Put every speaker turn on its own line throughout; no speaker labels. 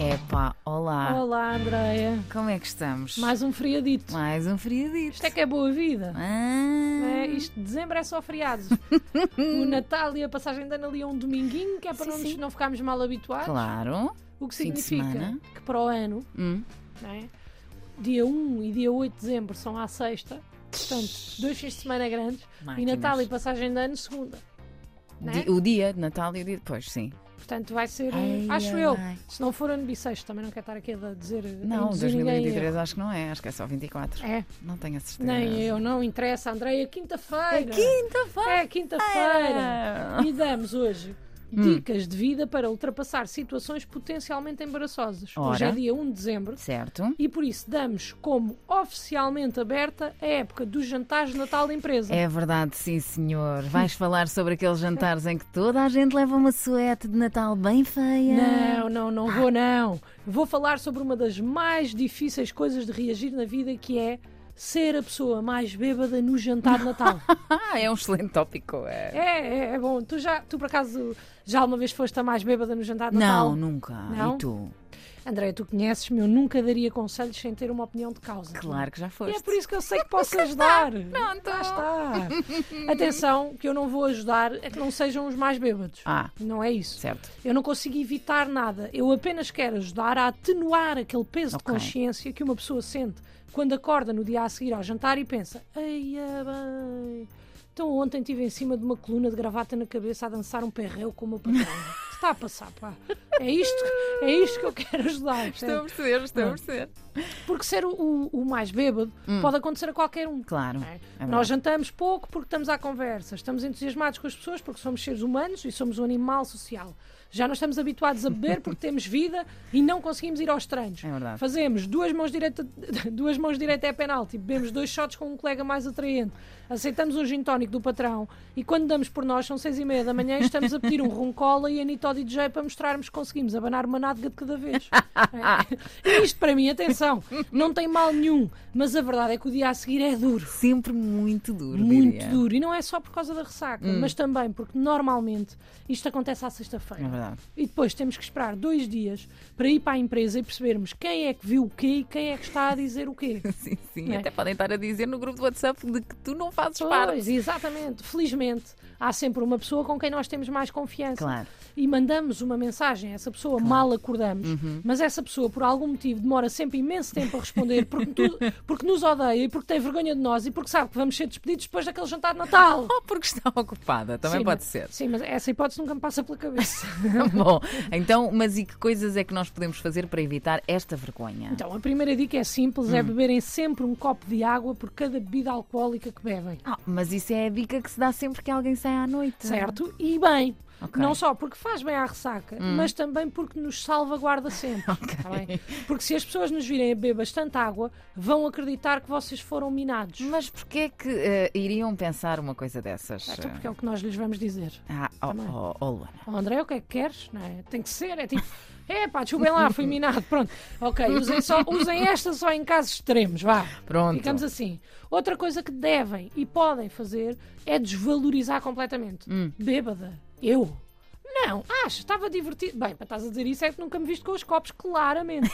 Epá, olá.
Olá, Andreia.
Como é que estamos?
Mais um friadito.
Mais um friadito.
Isto é que é boa vida.
Ah,
É, isto de dezembro é só feriados. o Natal e a passagem de ano ali é um dominguinho, que é para
Sim,
não, nos-
sim.
não ficarmos mal habituados.
Claro.
O que
Fim de
significa
semana.
que para o ano,
Hum.
né, dia 1 e dia 8 de dezembro são à sexta. Portanto, dois fins de semana grandes. E
Máquinas.
Natal e passagem de ano, segunda. né?
Di- O dia de Natal e o dia depois, sim.
Portanto, vai ser,
Ai,
acho
ai,
eu,
ai.
se não for ano bissexto, também não quero estar aqui a dizer. a
Não,
induzir ninguém
2023 acho que não é, acho que é só 24.
a erro. É,
Não tenho a certeza. É
Nem eu, não interessa, Andréia. Quinta-feira.
Quinta-feira!
É, quinta-feira. E damos hoje
Hum.
dicas de vida para ultrapassar situações potencialmente embaraçosas. Hoje
Ora.
é dia 1 de dezembro
Certo.
e por isso damos como oficialmente aberta a época dos jantares de Natal da empresa.
É verdade, sim, senhor. Vais falar sobre aqueles jantares em que toda a gente leva uma suéte de Natal bem feia.
Não, não, não vou não. Vou falar sobre uma das mais difíceis coisas de reagir na vida que é ser a pessoa mais bêbada no jantar de Natal.
Ah, é um excelente tópico. É.
é, é, é bom. Tu já, tu por acaso já alguma vez foste a mais bêbada no jantar de É Natal?
Não, nunca.
Não?
E tu?
André, tu conheces-me, eu nunca daria conselhos sem ter uma opinião de causa.
Claro que já
E
foste.
é por isso que eu sei que posso ajudar.
Pronto.
Lá está. Atenção, que eu não vou ajudar a que não sejam os mais bêbados.
Ah,
Não é isso.
certo.
Eu não consigo evitar nada. Eu apenas quero ajudar a atenuar aquele peso de
Ok.
consciência que uma pessoa sente quando acorda no dia a seguir ao jantar e pensa: Ei, é bem. Então ontem estive em cima de uma coluna de gravata na cabeça a dançar um perreu com o meu patrão. Está a passar, pá. É isto, é isto que eu quero ajudar. percebe?
perceber, estou
a
perceber.
Porque ser o, o- o mais bêbado pode acontecer a qualquer um.
Claro.
não é?
é verdade.
Nós jantamos pouco porque estamos à conversa, estamos entusiasmados com as pessoas porque somos seres humanos e somos um animal social. Já não estamos habituados a beber porque temos vida e não conseguimos ir aos treinos.
É verdade.
Fazemos duas mãos direita, duas mãos direita é penalti, bebemos dois shots com um colega mais atraente, aceitamos um gin tónico do patrão e quando damos por nós são seis e meia da manhã e estamos a pedir um rum cola e a Nitodi DJ para mostrarmos que conseguimos abanar uma nádega de cada vez. É. E isto para mim, atenção, não tem mal nenhum, mas a verdade é que o dia a seguir é duro.
Sempre muito duro,
Muito
diria.
duro. E não é só por causa da ressaca, mas também porque normalmente isto acontece à
É
sexta-feira.
verdade.
E depois temos que esperar dois dias para ir para a empresa e percebermos quem é que viu o quê e quem é que está a dizer o quê.
Sim, sim.
Não é?
Até podem estar a dizer no grupo do WhatsApp de que tu não fazes parte.
Pois, exatamente. Felizmente, há sempre uma pessoa com quem nós temos mais confiança.
Claro.
E mandamos uma mensagem a essa pessoa, mal acordamos, mas essa pessoa, por algum motivo, demora sempre imenso tempo a responder porque, tu- porque nos odeia e porque tem vergonha de nós e porque sabe que vamos ser despedidos depois daquele jantar de Natal.
Ou porque está ocupada, também
Sim,
pode
mas-
ser.
Sim, mas essa hipótese nunca me passa pela cabeça.
Bom, então, mas e que coisas é que nós podemos fazer para evitar esta vergonha?
então, a primeira dica é simples:
Hum.
é beberem sempre um copo de água por cada bebida alcoólica que bebem.
Ah, mas isso é a dica que se dá sempre que alguém sai à noite.
Certo? E bem.
Ok. Hum.
Não só porque faz bem à ressaca, mas também porque nos salvaguarda sempre. tá bem? Porque se as pessoas nos virem a beber bastante água, vão acreditar que vocês foram minados.
Mas porquê é que eh, iriam pensar uma coisa dessas?
Até porque é o que nós lhes vamos dizer.
Ah, oh,
Também.
oh, oh, Luana.
Oh, André, o que é que queres? Não é? Tem que ser, é tipo, é pá, desculpem lá, fui minado, pronto. Ok, usem, só, usem esta só em casos extremos, vá.
Pronto.
Ficamos assim. Outra coisa que devem e podem fazer é desvalorizar completamente.
Hum.
Bêbada, eu. Não, acho, estava divertido. Bem, para estás a dizer isso é que nunca me viste com os copos, claramente.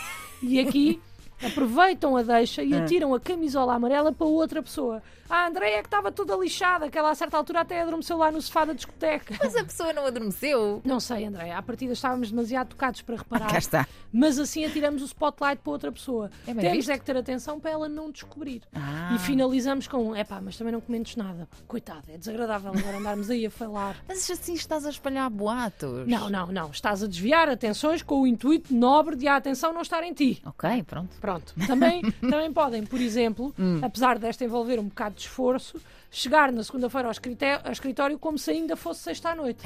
E aqui aproveitam a deixa
É.
e atiram a camisola amarela para outra pessoa. A Andréia é que estava toda lixada, que ela a certa altura até adormeceu lá no sofá da discoteca.
Mas é- a pessoa não adormeceu.
Não sei, Andréia, à partida estávamos demasiado tocados para reparar
Ah, Cá está.
mas assim atiramos o spotlight para outra pessoa.
É bem
Temos
visto.
é que ter atenção para ela não descobrir.
Ah.
E finalizamos com um, epá, mas também não comentes nada. Coitado, é desagradável agora andarmos aí a falar.
Mas assim estás a espalhar boatos.
Não, não, não. Estás a desviar atenções com o intuito nobre de a atenção não estar em ti.
Ok, pronto.
Pronto. Também, também podem, por exemplo,
Hum.
apesar desta envolver um bocado de esforço, chegar na segunda-feira ao, escrité- ao escritório como se ainda fosse sexta à noite.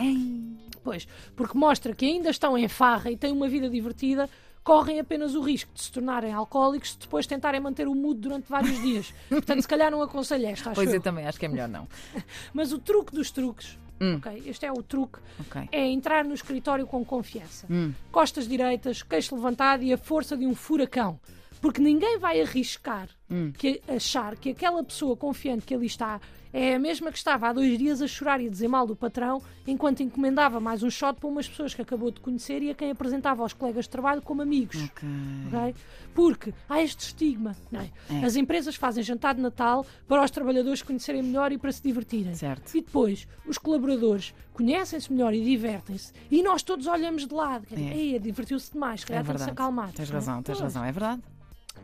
Pois, porque mostra que ainda estão em farra e têm uma vida divertida, correm apenas o risco de se tornarem alcoólicos se depois tentarem manter o mudo durante vários dias. Portanto, se calhar não aconselho esta, acho
Pois
eu.
eu também acho que é melhor não.
Mas o truque dos truques,
Hum.
ok, este é o truque,
Ok.
é entrar no escritório com confiança.
Hum.
Costas direitas, queixo levantado e a força de um furacão.
Hum.
Porque ninguém vai arriscar que achar que aquela pessoa confiante que ali está É a mesma que estava há dois dias a chorar e a dizer mal do patrão enquanto encomendava mais um shot para umas pessoas que acabou de conhecer e a quem apresentava aos colegas de trabalho como amigos.
Ok.
ok? Porque há este estigma. não é?
É.
As empresas fazem jantar de Natal para os trabalhadores se conhecerem melhor e para se divertirem.
Certo.
E depois, os colaboradores conhecem-se melhor e divertem-se. E nós todos olhamos de lado. Quer dizer,
É.
"Ei, divertiu-se demais, se
É
calhar tem de se
verdade.
acalmar.
Tens
não é?
razão, tens
Pois.
razão, é verdade.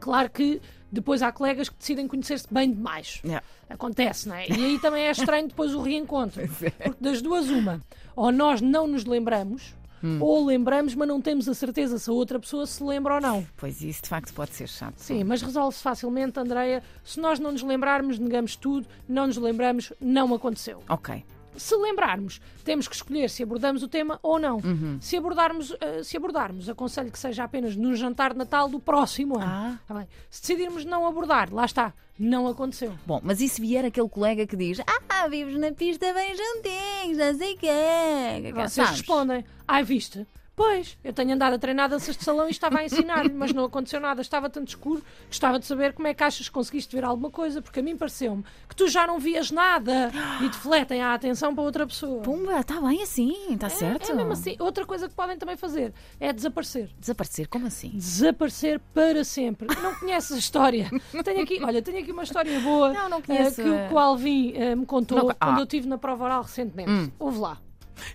Claro que depois há colegas que decidem conhecer-se bem demais.
Yeah.
Acontece, não é? E aí também é estranho depois o reencontro. Porque das duas, uma, ou nós não nos lembramos, ou lembramos, mas não temos a certeza se a outra pessoa se lembra ou não.
Pois isso de facto pode ser chato.
Sim, mas resolve-se facilmente, Andreia. Se nós não nos lembrarmos, negamos tudo, não nos lembramos, não aconteceu.
Ok.
Se lembrarmos, temos que escolher se abordamos o tema ou não.
Uhum.
Se, abordarmos, eh, se abordarmos, aconselho que seja apenas no jantar de Natal do próximo ano.
Ah.
Tá bem. Se decidirmos não abordar, lá está, não aconteceu.
Bom, mas e se vier aquele colega que diz Ah, vives na pista bem juntinhos, não sei quem.
Vocês
Sabes?
respondem, ai viste? Pois, eu tenho andado a treinar danças de salão e estava a ensinar-lhe, mas não aconteceu nada, estava tanto escuro, gostava de saber como é que achas que conseguiste ver alguma coisa, porque a mim pareceu-me que tu já não vias nada e defletem a atenção para outra pessoa.
Pumba, está bem assim, está certo?
É mesmo assim. Outra coisa que podem também fazer é desaparecer.
Desaparecer, como assim?
desaparecer para sempre. Não conheces a história. Tenho aqui, olha, tenho aqui uma história boa
Não, não
eh,
conheço,
que
eh.
o que o Alvin eh, me contou
Não co-
quando
Ah. Hum.
eu estive na prova oral recentemente. Ouve lá.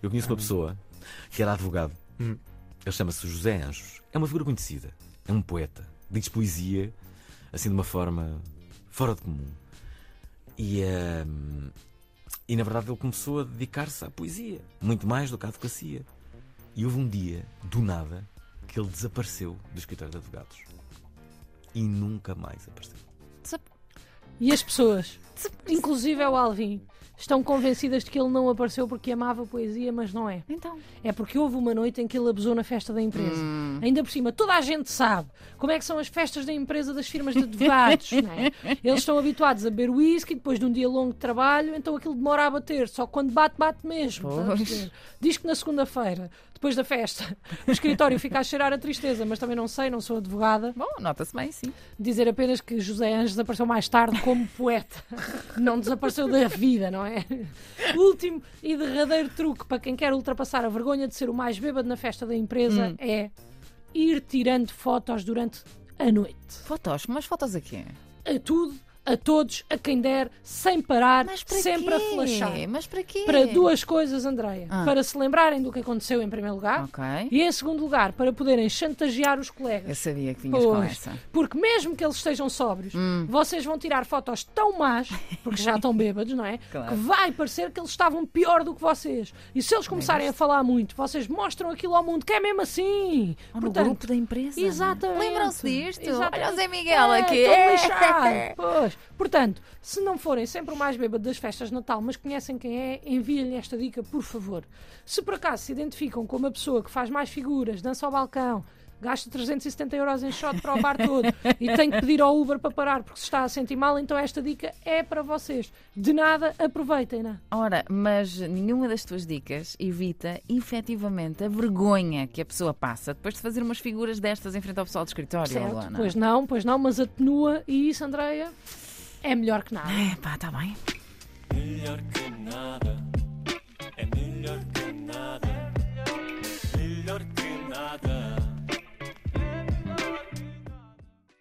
Eu conheço uma pessoa que era advogado. Ele chama-se José Anjos. É uma figura conhecida. É um poeta. Diz poesia assim de uma forma fora de comum. E, hum, e na verdade ele começou a dedicar-se à poesia, muito mais do que à advocacia. E houve um dia, do nada, que ele desapareceu do escritório de advogados. E nunca mais apareceu.
E as pessoas, inclusive é o Alvin, estão convencidas de que ele não apareceu porque amava a poesia, mas não é.
Então.
É porque houve uma noite em que ele abusou na festa da empresa. Ainda por cima, toda a gente sabe como é que são as festas da empresa das firmas de advogados. não é? Eles estão habituados a beber whisky depois de um dia longo de trabalho, então aquilo demora a bater, só quando bate, bate mesmo. estás a
Pois.
perceber? Diz que na segunda-feira, depois da festa, o escritório fica a cheirar a tristeza, mas também não sei, não sou advogada.
Bom, nota-se bem, sim.
Dizer apenas que José Anjos desapareceu mais tarde como poeta. Não desapareceu da vida, não é? Último e derradeiro truque para quem quer ultrapassar a vergonha de ser o mais bêbado na festa da empresa
Hum.
é ir tirando fotos durante a noite.
Fotos, mas fotos a quê?
A tudo, a todos, a quem der, sem parar,
Mas para
sempre
quê?
a flashar.
Mas para quê?
Para duas coisas, Andreia.
Ah.
Para se lembrarem do que aconteceu em primeiro lugar
Ok.
e em segundo lugar, para poderem chantagear os colegas.
Eu sabia que vinhas com
Pois,
essa. Hum.
porque mesmo que eles estejam sóbrios, vocês vão tirar fotos tão más, porque já estão bêbados, não é?
Claro.
Que vai parecer que eles estavam pior do que vocês. E se eles começarem a falar muito, vocês mostram aquilo ao mundo que é mesmo assim.
Ou no grupo da empresa. não é?
Exatamente.
Lembram-se disto?
Exatamente.
Olha o Zé Miguel
É,
aqui.
todo lixado. Pois. Portanto, se não forem sempre o mais bêbado das festas de Natal, mas conhecem quem é, enviem-lhe esta dica, por favor. Se por acaso se identificam com uma pessoa que faz mais figuras, dança ao balcão, gasta 370 euros em shot para o bar todo e tem que pedir ao Uber para parar porque se está a sentir mal, então esta dica é para vocês. De nada, aproveitem-na.
Ora, mas nenhuma das tuas dicas evita efetivamente a vergonha que a pessoa passa depois de fazer umas figuras destas em frente ao pessoal do escritório,
Certo?
Luana.
Pois não, pois não, mas atenua e isso, Andreia, é melhor que nada.
É, pá, está tá bem.
Melhor que nada.